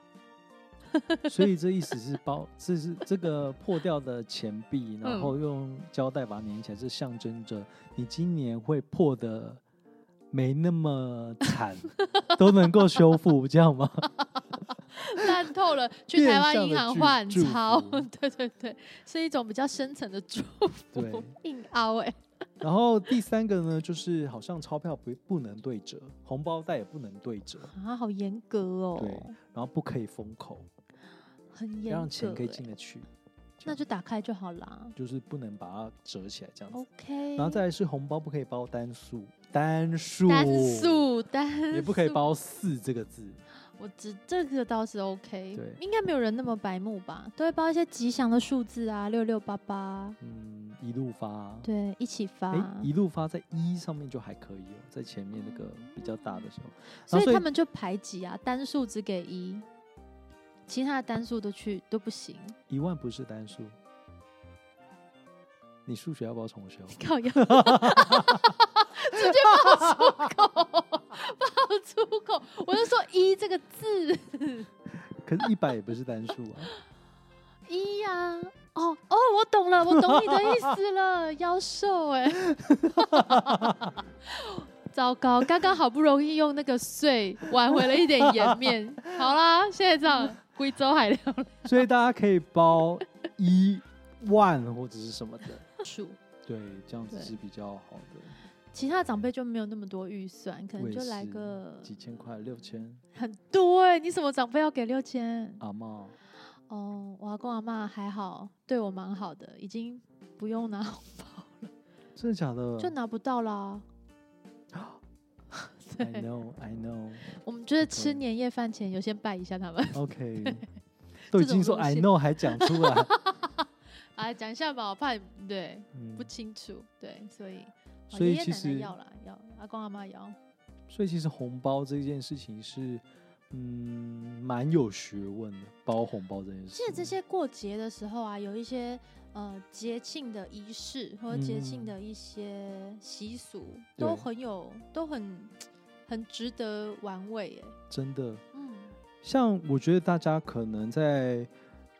Speaker 2: 所以这意思是包，这是这个破掉的钱币，然
Speaker 1: 嗯
Speaker 2: 后用胶带把它粘起来，这象征着你今年会破的没那么惨， 都能够修复，这样吗？
Speaker 1: 烂透了，去台湾银行换
Speaker 2: 变相
Speaker 1: 钞
Speaker 2: 的祝祝福，
Speaker 1: 对对对，是一种比较深层的祝
Speaker 2: 对。
Speaker 1: 福，硬凹哎、
Speaker 2: 然后第三个呢，就是好像钞票不不能对折，红包袋也不能对折，
Speaker 1: 啊，好严格哦、
Speaker 2: 对然后不可以封口，
Speaker 1: 很严格、欸
Speaker 2: 要让钱可以进，得去，
Speaker 1: 那就打开就好啦。
Speaker 2: 就是不能把它折起来这样子。
Speaker 1: OK，
Speaker 2: 然后再来是红包不可以包单数，单数，
Speaker 1: 单，数单，
Speaker 2: 也不可以。包四这个字。
Speaker 1: 我只这个倒是 OK，
Speaker 2: 对
Speaker 1: 应该没有人那么白目吧？都会包一些吉祥的数字啊，六六八八，
Speaker 2: 嗯，一路发，
Speaker 1: 对，啊一起发。
Speaker 2: 哎，一路发在一上面就还可以哦，在前面那个比较大的时候，啊
Speaker 1: 所
Speaker 2: 所
Speaker 1: 以
Speaker 2: 以
Speaker 1: 他们就排挤啊，单数只给一，其他的单数都去都不行。
Speaker 2: 一万不是单数，你数学要不要重修？
Speaker 1: 靠腰， 直接爆粗口，爆粗口！我是说“一”这个字，
Speaker 2: 可是，一百也不是单数啊。
Speaker 1: 一呀、哦哦，我懂了，我懂你的意思了，妖兽哎、 糟糕，刚刚好不容易用那个“碎”挽回了一点颜面。好啦，现在这样，贵州海量
Speaker 2: 所以大家可以包一万或者是什么 的，
Speaker 1: 数。
Speaker 2: 对，这样子
Speaker 1: 对
Speaker 2: 是比较好的。
Speaker 1: 其他的长辈就没有那么多预算，可
Speaker 2: 我
Speaker 1: 能
Speaker 2: 也
Speaker 1: 就来
Speaker 2: 是
Speaker 1: 个
Speaker 2: 几千块、六千，
Speaker 1: 很多哎、你什么长辈要给六千？
Speaker 2: 阿妈
Speaker 1: 哦，我阿公阿妈还好，对我蛮好的，已经不用拿红包，
Speaker 2: 真的假的？
Speaker 1: 就拿不到啦。
Speaker 2: I
Speaker 1: 对，
Speaker 2: know, I know.
Speaker 1: 我们就是
Speaker 2: OK
Speaker 1: 吃年夜饭前有先拜一下他们。
Speaker 2: OK，都已
Speaker 1: 这
Speaker 2: 经
Speaker 1: 种
Speaker 2: 说
Speaker 1: 路
Speaker 2: I
Speaker 1: 线
Speaker 2: know 还讲 出来，
Speaker 1: 啊，讲一下吧，我怕你对
Speaker 2: 嗯
Speaker 1: 不，清楚，对，所以哦
Speaker 2: 所以
Speaker 1: 爷爷
Speaker 2: 其
Speaker 1: 奶奶
Speaker 2: 实
Speaker 1: 要啦，要阿公阿妈要，
Speaker 2: 所以其实红包这件事情是，嗯，蛮有学问的，包红包这件事。
Speaker 1: 记得这些过节的时候啊，有一些呃节庆的仪式或者节庆
Speaker 2: 嗯
Speaker 1: 的一些习俗，
Speaker 2: 对
Speaker 1: 都很有，都很很值得玩味耶。
Speaker 2: 真的，
Speaker 1: 嗯，
Speaker 2: 像我觉得大家可能在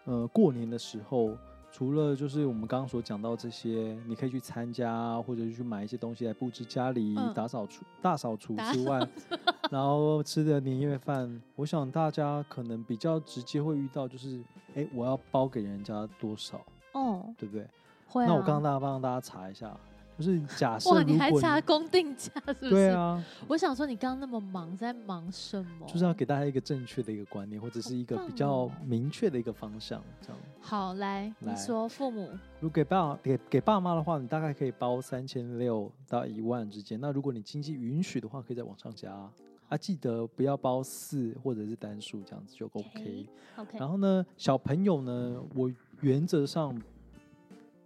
Speaker 2: 呃过年的时候，除了就是我们刚刚所讲到这些，你可以去参加啊或者是去买一些东西来布置家里、
Speaker 1: 嗯
Speaker 2: 打扫除大扫除
Speaker 1: 打
Speaker 2: 之外， 然后吃的年夜饭，我想大家可能比较直接会遇到就是，哎，我要包给人家多少，
Speaker 1: 哦，
Speaker 2: 对不对？
Speaker 1: 会、啊。
Speaker 2: 那我刚刚大家帮大家查一下，就是假设
Speaker 1: 哇，
Speaker 2: 如
Speaker 1: 你还
Speaker 2: 果
Speaker 1: 查公定价是不是？
Speaker 2: 对啊，
Speaker 1: 我想说你刚刚那么忙，在忙什么？
Speaker 2: 就是要给大家一个正确的一个观念，或者是一个
Speaker 1: 哦好
Speaker 2: 比
Speaker 1: 棒
Speaker 2: 较
Speaker 1: 哦
Speaker 2: 明确的一个方向，这样。
Speaker 1: 好来，你
Speaker 2: 来
Speaker 1: 说父母
Speaker 2: 如果给爸给给爸妈的话，你大概可以包三千六到一万之间。那如果你经济允许的话，可以再往上加啊。记得不要包四或者是单数，这样子就 OK。
Speaker 1: OK，
Speaker 2: 然后呢，小朋友呢，我原则上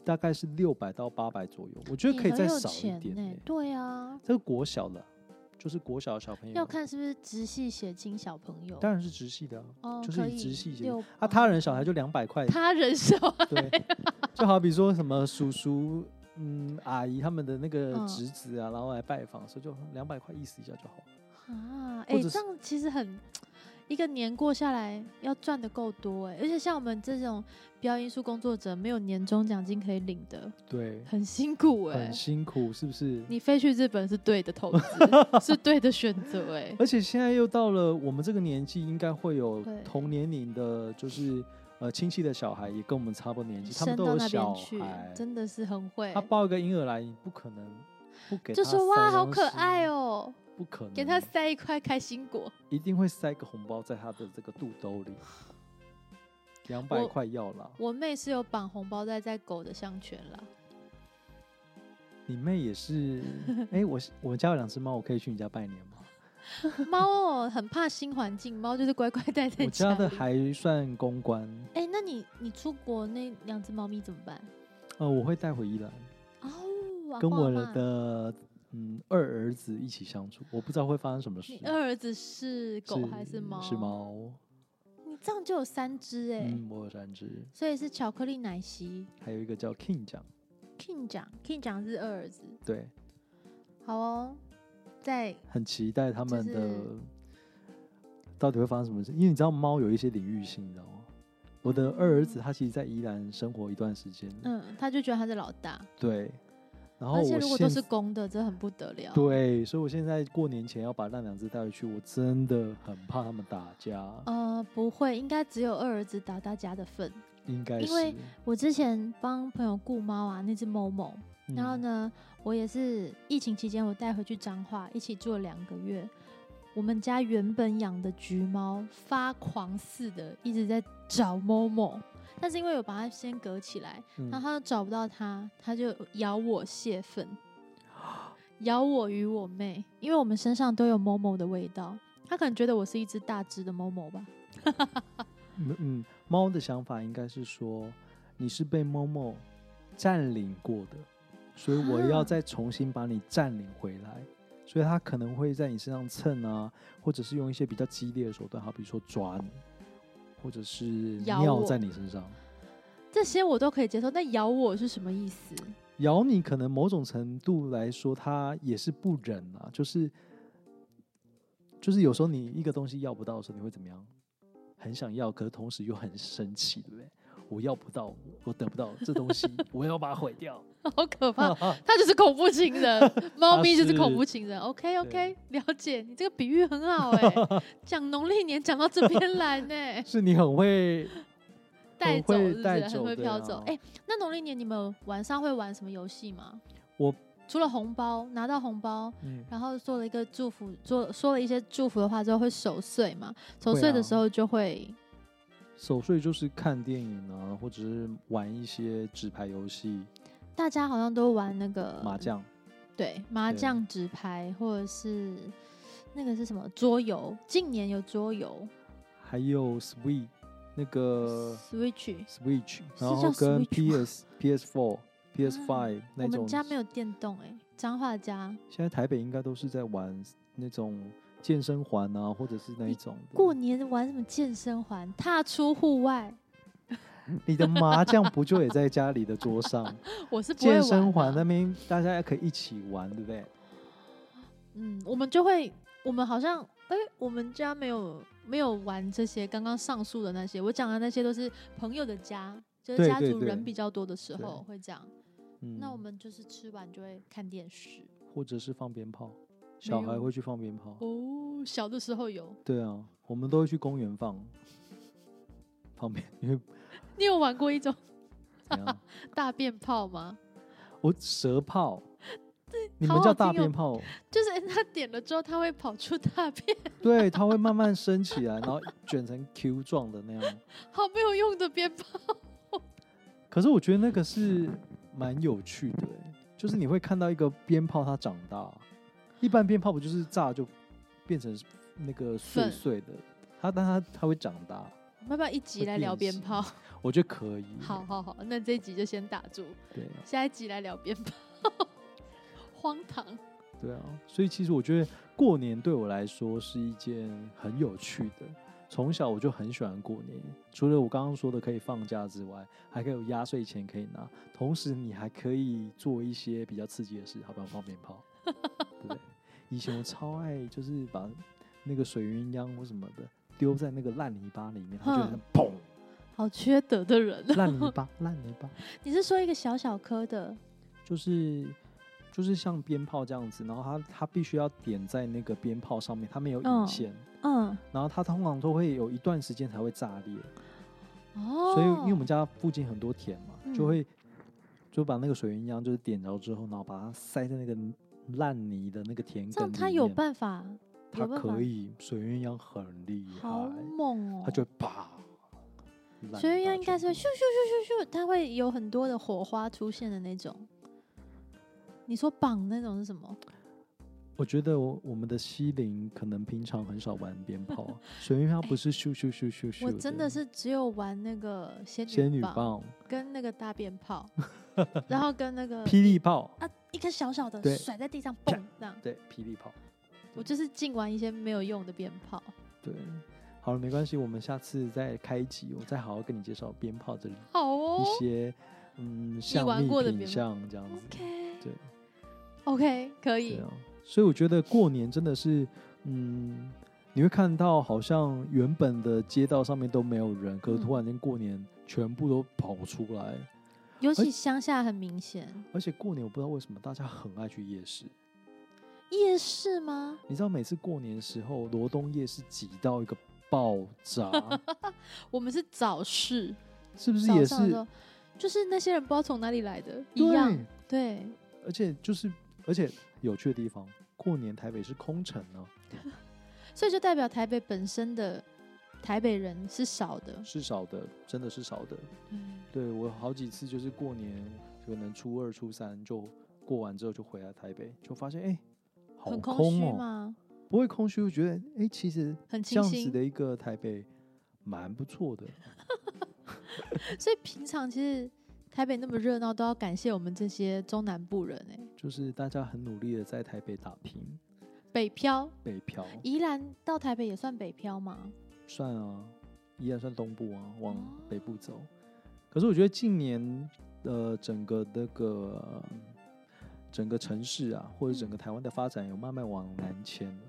Speaker 2: 大概是六百到八百左右，我觉得可以再少一点、
Speaker 1: 呢、
Speaker 2: 欸。
Speaker 1: 对啊，
Speaker 2: 这个国小的，就是国小的小朋友，
Speaker 1: 要看是不是直系血亲小朋友。
Speaker 2: 当然是直系的啊、
Speaker 1: 哦，
Speaker 2: 就是
Speaker 1: 可
Speaker 2: 以直系血
Speaker 1: 六
Speaker 2: 啊。他人小孩就两百块，
Speaker 1: 他人小孩
Speaker 2: 对，就好比说什么叔叔、嗯阿姨他们的那个
Speaker 1: 嗯
Speaker 2: 侄子啊，然后来拜访，所以就两百块意思一下就好。
Speaker 1: 啊，
Speaker 2: 或
Speaker 1: 哎、
Speaker 2: 者
Speaker 1: 这样其实很。一个年过下来要赚的够多哎、而且像我们这种表演艺术工作者，没有年终奖金可以领的，
Speaker 2: 对，
Speaker 1: 很辛苦哎、
Speaker 2: 很辛苦，是不是？
Speaker 1: 你飞去日本是对的 投资，是对的选择哎、
Speaker 2: 而且现在又到了我们这个年纪，应该会有
Speaker 1: 对
Speaker 2: 同年龄的，就是呃亲戚的小孩也跟我们差不多年纪，他
Speaker 1: 升
Speaker 2: 们都
Speaker 1: 到
Speaker 2: 有
Speaker 1: 那边
Speaker 2: 小
Speaker 1: 去
Speaker 2: 孩，，
Speaker 1: 真的是很会
Speaker 2: 他，抱一个婴儿来，你不可能不给
Speaker 1: 就
Speaker 2: 他
Speaker 1: 说哇
Speaker 2: 塞
Speaker 1: 好
Speaker 2: 东
Speaker 1: 可
Speaker 2: 西嗯
Speaker 1: 爱，哦、
Speaker 2: 不可能
Speaker 1: 给他塞一块开心果。
Speaker 2: 一定会塞个红包在他的这个肚兜 里，两百
Speaker 1: 我
Speaker 2: 块要啦。
Speaker 1: 我妹是有绑红包袋在狗的项圈啦，
Speaker 2: 你妹 也是？哎、我是我家有两只猫，我可以去你家拜年吗？
Speaker 1: 猫哦很怕新环境，猫就是乖 乖待在
Speaker 2: 我家的
Speaker 1: 里
Speaker 2: 还算公关，
Speaker 1: 哎、那你你出国那两只猫咪怎么办？
Speaker 2: 呃，我会带回宜兰，
Speaker 1: 哦，
Speaker 2: 跟我
Speaker 1: 阿公阿嬷，
Speaker 2: 的嗯二儿子一起相处，我不知道会发生什么事
Speaker 1: 你。嗯二儿子是狗还是猫？
Speaker 2: 是。猫，
Speaker 1: 你这样就有三只哎、
Speaker 2: 嗯，我有三只，
Speaker 1: 所以是巧克力奶昔
Speaker 2: 还有一个叫 King 奖，
Speaker 1: King 奖，King 奖是二儿子。
Speaker 2: 对，
Speaker 1: 好哦，在
Speaker 2: 很期待他
Speaker 1: 就
Speaker 2: 们的
Speaker 1: 是
Speaker 2: 到底会发生什么事，因为你知道猫有一些领域性，你知道吗？我的二儿子他其实，在宜兰生活一段时间，
Speaker 1: 嗯，他就觉得他是老大，
Speaker 2: 对，然后
Speaker 1: 而且
Speaker 2: 哦我
Speaker 1: 如果都
Speaker 2: 现
Speaker 1: 是公的，这很不得了。，
Speaker 2: 对，所以我现在过年前要把那两只带回去，我真的很怕他们打架，
Speaker 1: 呃，不会，应该只有二儿子打大家的份。
Speaker 2: 应该
Speaker 1: 因
Speaker 2: 是。
Speaker 1: 为我之前帮朋友雇猫啊，那只某某，
Speaker 2: 嗯
Speaker 1: 然后？呢，我也是疫情期间，我带回去彰化，一起住了两个月。我们家原本养的橘猫发狂似的一直在找某某，但是因为我把它先隔起来，
Speaker 2: 嗯
Speaker 1: 然后它就找不到它，它就咬我泄愤，咬我与我妹，因为我们身上都有某某的味道。它可能觉得我是一只大只的某某吧，
Speaker 2: 嗯嗯，猫的想法应该是说，你是被某某占领过的，所以我
Speaker 1: 啊
Speaker 2: 要再重新把你占领回来。所以它可能会在你身上蹭啊，或者是用一些比较激烈的手段，好比说抓你，或者是
Speaker 1: 咬
Speaker 2: 尿
Speaker 1: 我
Speaker 2: 在你身上。
Speaker 1: 这些我都可以接受，但咬我是什么意思？
Speaker 2: 咬你可能某种程度来说，它也是不忍啊，就是就是有时候你一个东西要不到的时候，你会怎么样？很想要，可是同时又很生气，对不对？我要不到，我得不到这东西， 我要把它毁掉。
Speaker 1: 好可 怕！他就是恐怖情人，猫咪就是恐怖情人。OK
Speaker 2: 啊对
Speaker 1: OK，了解，你这个比喻很好哎、 讲农历年讲到这边来呢、
Speaker 2: 是你很会
Speaker 1: 带走
Speaker 2: 会
Speaker 1: 是不
Speaker 2: 带
Speaker 1: 是很
Speaker 2: 走
Speaker 1: 会
Speaker 2: 对
Speaker 1: 飘走
Speaker 2: 啊？
Speaker 1: 哎、那农历年你们晚上会玩什么游戏吗？
Speaker 2: 我
Speaker 1: 除了红包拿到红包，
Speaker 2: 嗯，
Speaker 1: 然后做了一个祝福，做说了一些祝福的话之后会守岁嘛？守
Speaker 2: 会
Speaker 1: 岁
Speaker 2: 啊
Speaker 1: 的时候就会
Speaker 2: 守岁就是看电影啊，或者是玩一些纸牌游戏、
Speaker 1: 大家好像都玩那个
Speaker 2: 麻，将。
Speaker 1: 对麻
Speaker 2: 对
Speaker 1: 将、纸牌或者是那个是什么桌游？近年有桌游
Speaker 2: 还有 Switch 那个
Speaker 1: ，Switch。
Speaker 2: Switch，啊
Speaker 1: 是叫
Speaker 2: 然后跟
Speaker 1: Switch 吗
Speaker 2: PS、PS4、PS5
Speaker 1: 我
Speaker 2: 那
Speaker 1: 们
Speaker 2: 种。嗯
Speaker 1: 家没有电动哎、彰化家
Speaker 2: 现在台北应该都是在玩那种健身环啊，或者是那一种的。
Speaker 1: 过年玩什么健身环，踏出户外，
Speaker 2: 你的麻将不就也在家里的桌上？
Speaker 1: 我 是不会玩、
Speaker 2: 健
Speaker 1: 啊。
Speaker 2: 身环那边大家可以一起玩，对不对？
Speaker 1: 嗯，我们就会，我们好像，哎、我们家没有没有玩这些刚刚上述的那些，我讲的那些都是朋友的家，就是
Speaker 2: 对
Speaker 1: 家
Speaker 2: 对
Speaker 1: 族
Speaker 2: 对
Speaker 1: 人比较多的时候
Speaker 2: 对
Speaker 1: 会这样。
Speaker 2: 嗯，
Speaker 1: 那我们就是吃完就会看电视
Speaker 2: 或者是放鞭炮，小孩
Speaker 1: 有
Speaker 2: 会去放鞭炮。
Speaker 1: 哦，小的时候有，
Speaker 2: 对啊，我们都会去公园放， 旁边 因为
Speaker 1: 你有玩过一种
Speaker 2: 怎样？
Speaker 1: 大便炮吗？
Speaker 2: 我蛇炮，你们
Speaker 1: 好
Speaker 2: 叫
Speaker 1: 好
Speaker 2: 大
Speaker 1: 听哦
Speaker 2: 鞭炮，
Speaker 1: 就是它点了之后，它会跑出大便，
Speaker 2: 对，它会慢慢升起来，然后卷成 Q 状的那样。
Speaker 1: 好没有用的鞭炮。
Speaker 2: 可是我觉得那个是蛮有趣的欸，就是你会看到一个鞭炮它长大，一般鞭炮不就是炸就变成那个碎
Speaker 1: 粉
Speaker 2: 碎的，它但它它会长大，
Speaker 1: 我们要不要一集
Speaker 2: 会
Speaker 1: 来聊
Speaker 2: 变
Speaker 1: 鞭
Speaker 2: 形
Speaker 1: 炮？
Speaker 2: 我觉得可以。
Speaker 1: 好，好好，那这一集就先打住，
Speaker 2: 对啊
Speaker 1: 下一集来聊鞭炮， 荒唐。
Speaker 2: 对啊，所以其实我觉得过年对我来说是一件很有趣的。从小我就很喜欢过年，除了我刚刚说的可以放假之外，还可以有压岁钱可以拿，同时你还可以做一些比较刺激的事，好比方放鞭炮，对不对？以前我超爱就是把那个水鸳鸯或什么的丢在那个烂泥巴里面，它就
Speaker 1: 哼
Speaker 2: 是砰，
Speaker 1: 好缺德的人。
Speaker 2: 烂泥巴，烂泥巴，
Speaker 1: 你是说一个小小颗的？
Speaker 2: 就是就是像鞭炮这样子，然后它它必须要点在那个鞭炮上面，它没有
Speaker 1: 嗯
Speaker 2: 引线，
Speaker 1: 嗯，
Speaker 2: 然后它通常都会有一段时间才会炸裂，
Speaker 1: 哦，
Speaker 2: 所以因为我们家附近很多田嘛，
Speaker 1: 嗯
Speaker 2: 就会就把那个水鸳鸯就是点着之后，然后把它塞在那个烂泥的那个田
Speaker 1: 这
Speaker 2: 埂
Speaker 1: 样
Speaker 2: 里
Speaker 1: 他有
Speaker 2: 面
Speaker 1: 办法，
Speaker 2: 它
Speaker 1: 有办法
Speaker 2: 可以水鸳鸯很厉
Speaker 1: 好
Speaker 2: 害，
Speaker 1: 猛哦！
Speaker 2: 它就会啪，烂泥
Speaker 1: 所以
Speaker 2: 巴
Speaker 1: 应应该是会咻咻
Speaker 2: 全部
Speaker 1: 咻咻咻，它会有很多的火花出现的那种。你说绑那种是什么？
Speaker 2: 我觉得我我们的西林可能平常很少玩鞭炮， 水鸳鸯不是咻咻咻咻咻，
Speaker 1: 我真的是只有玩那个仙
Speaker 2: 仙
Speaker 1: 女
Speaker 2: 女
Speaker 1: 棒，
Speaker 2: 棒、
Speaker 1: 跟那个大便 炮，然后跟那个
Speaker 2: 霹雳炮，
Speaker 1: 啊一颗小小的
Speaker 2: 对
Speaker 1: 甩在地上
Speaker 2: 啪
Speaker 1: 蹦这样。
Speaker 2: 对，霹雳炮，
Speaker 1: 我就是尽玩一些没有用的鞭炮。
Speaker 2: 对。好了，没关系，我们下次再开一集，我再好好跟你介绍鞭炮这里
Speaker 1: 好哦
Speaker 2: 一些、嗯，像
Speaker 1: 玩过的
Speaker 2: 品
Speaker 1: 鞭炮
Speaker 2: 相这样子。
Speaker 1: ，OK，
Speaker 2: 对
Speaker 1: ，OK，可以
Speaker 2: 对。啊，所以我觉得过年真的是，嗯，你会看到好像原本的街道上面都没有人，可是突
Speaker 1: 嗯
Speaker 2: 然间过年全部都跑出来，
Speaker 1: 尤
Speaker 2: 而
Speaker 1: 其乡下很明显，
Speaker 2: 而且过年我不知道为什么大家很爱去夜市。
Speaker 1: 夜市吗？
Speaker 2: 你知道每次过年时候，罗东夜市挤到一个爆 炸，
Speaker 1: 我们是早市，
Speaker 2: 是不是
Speaker 1: 早
Speaker 2: 也
Speaker 1: 上的时
Speaker 2: 是
Speaker 1: 候，就是那些人不知道从哪里来的，一
Speaker 2: 对
Speaker 1: 样，对，
Speaker 2: 而且就是，而且有趣的地方，过年台北是空城呢、
Speaker 1: 所以就代表台北本身的台北人是少的，
Speaker 2: 是少的，真的是少的。
Speaker 1: 对
Speaker 2: 对我好几次就是过年，可能初二、初三就过完之后就回来台北，就发现哎、好
Speaker 1: 很空
Speaker 2: 空
Speaker 1: 虚
Speaker 2: 哦、
Speaker 1: 吗？
Speaker 2: 不会空虚，我觉得哎、其实
Speaker 1: 很
Speaker 2: 这
Speaker 1: 清
Speaker 2: 样子
Speaker 1: 新，
Speaker 2: 的一个台北蛮不错的。
Speaker 1: 所以平常其实台北那么热闹，都要感谢我们这些中南部人哎、
Speaker 2: 就是大家很努力的在台北打拼，
Speaker 1: 北漂，
Speaker 2: 北漂
Speaker 1: 宜兰到台北也算北漂吗？
Speaker 2: 算啊，依然算东部啊，往北部走。可可是我觉得近年呃整个那个整个城市啊，或者整个台湾的发展有慢慢往南迁了。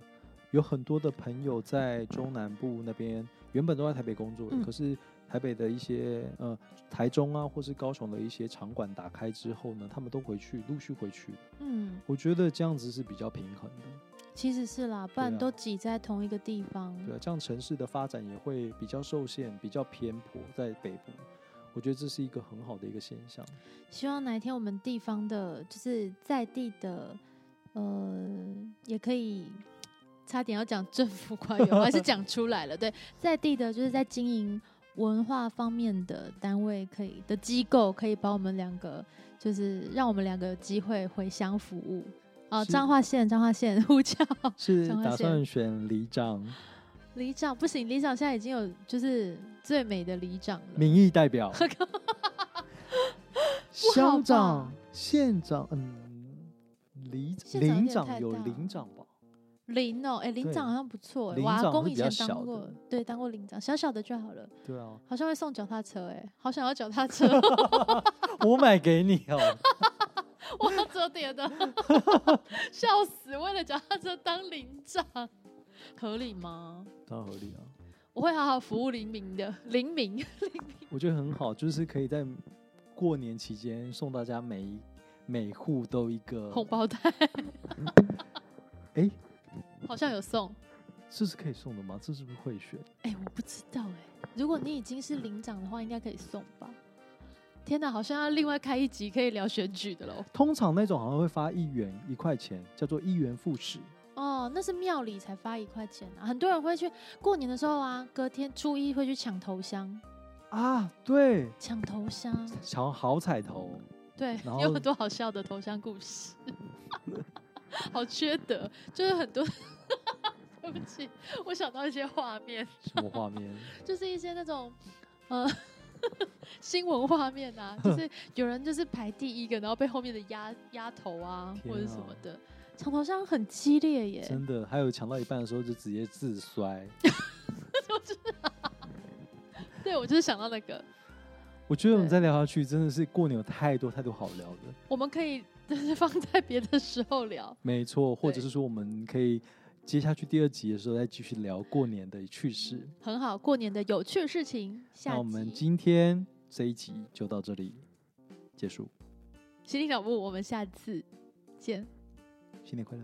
Speaker 2: 有很多的朋友在中南部那边，原本都在台北工作的，
Speaker 1: 嗯
Speaker 2: 可是台北的一些呃台中啊，或是高雄的一些场馆打开之后呢，他们都回去，陆续回去。
Speaker 1: 嗯，
Speaker 2: 我觉得这样子是比较平衡的。
Speaker 1: 其实是啦，不
Speaker 2: 对
Speaker 1: 然
Speaker 2: 啊
Speaker 1: 都挤在同一个地方。
Speaker 2: 对啊，这样城市的发展也会比较受限，比较偏颇在北部。我觉得这是一个很好的一个现象。
Speaker 1: 希望哪一天我们地方的，就是在地的，呃，也可以。差点要讲政府官员，我还是讲出来了。对，在地的，就是在经营文化方面的单位，可以的机构，可以把我们两个，就是让我们两个有机会回乡服务。哦，
Speaker 2: 是
Speaker 1: 彰化县，彰化县呼叫
Speaker 2: 是
Speaker 1: 彰化
Speaker 2: 打
Speaker 1: 县
Speaker 2: 算选里长、
Speaker 1: 里长，不行，里长现在已经有就是最美的里长了。
Speaker 2: 民意代表、乡
Speaker 1: 不好
Speaker 2: 长、县长，嗯，里
Speaker 1: 县长有点
Speaker 2: 邻
Speaker 1: 太
Speaker 2: 长
Speaker 1: 大
Speaker 2: 有邻长吧？
Speaker 1: 林哦，哎、林长
Speaker 2: 对
Speaker 1: 好像不错、欸，
Speaker 2: 林
Speaker 1: 我阿
Speaker 2: 长
Speaker 1: 公
Speaker 2: 是
Speaker 1: 以
Speaker 2: 比较
Speaker 1: 前
Speaker 2: 小的
Speaker 1: 当过，对，当过林长，小小的就好了，
Speaker 2: 对啊，
Speaker 1: 好像会送脚踏车、欸，哎，好想要脚踏车，
Speaker 2: 我买给你哦、
Speaker 1: 我要折叠 的，笑死，为了脚踏车当林长，合理吗？
Speaker 2: 当然合理啊。
Speaker 1: 我会好好服务林民的，林 民，
Speaker 2: 我觉得很好，就是可以在过年期间送大家每一每户都一个
Speaker 1: 红，包袋
Speaker 2: 哎、
Speaker 1: 好像有送，
Speaker 2: 这是可以送的吗？这是不是会选？
Speaker 1: 哎、我不知道、哎，如果你已经是林长的话，应该可以送吧？天哪，好像要另外开一集可以聊选举的喽。
Speaker 2: 通常那种好像会发一元一块钱，叫做一元复始。
Speaker 1: 哦，那是庙里才发一块钱啊，很多人会去过年的时候啊，隔天初一会去抢头香，
Speaker 2: 啊，对，
Speaker 1: 抢头香，
Speaker 2: 抢好彩头，
Speaker 1: 对，
Speaker 2: 然
Speaker 1: 有
Speaker 2: 后
Speaker 1: 很多好笑的头香故事， 好缺德，就是很多。 对不起，我想到一些画面，
Speaker 2: 什么 画面？
Speaker 1: 就是一些那种，呃， 新闻画面啊， 就是有人就是排第一个，然后被后面的压压头啊，或者
Speaker 2: 天
Speaker 1: 什
Speaker 2: 啊
Speaker 1: 么的，抢头香很激烈耶，
Speaker 2: 真的，还有抢到一半的时候就直接 自摔。
Speaker 1: 对我就是想到那个，
Speaker 2: 我觉得我们
Speaker 1: 对
Speaker 2: 再聊下去，真的是过年有太多太多好聊的。
Speaker 1: 我们可以就是放在别的时候聊。
Speaker 2: 没错，或者
Speaker 1: 对
Speaker 2: 是说我们可以接下去第二集的时候再继续聊过年的趣事。
Speaker 1: 很好，过年的有趣的事情，下
Speaker 2: 那
Speaker 1: 集
Speaker 2: 我们今天这一集就到这里结束，
Speaker 1: 心灵小木，我们下次见。
Speaker 2: 新年快乐。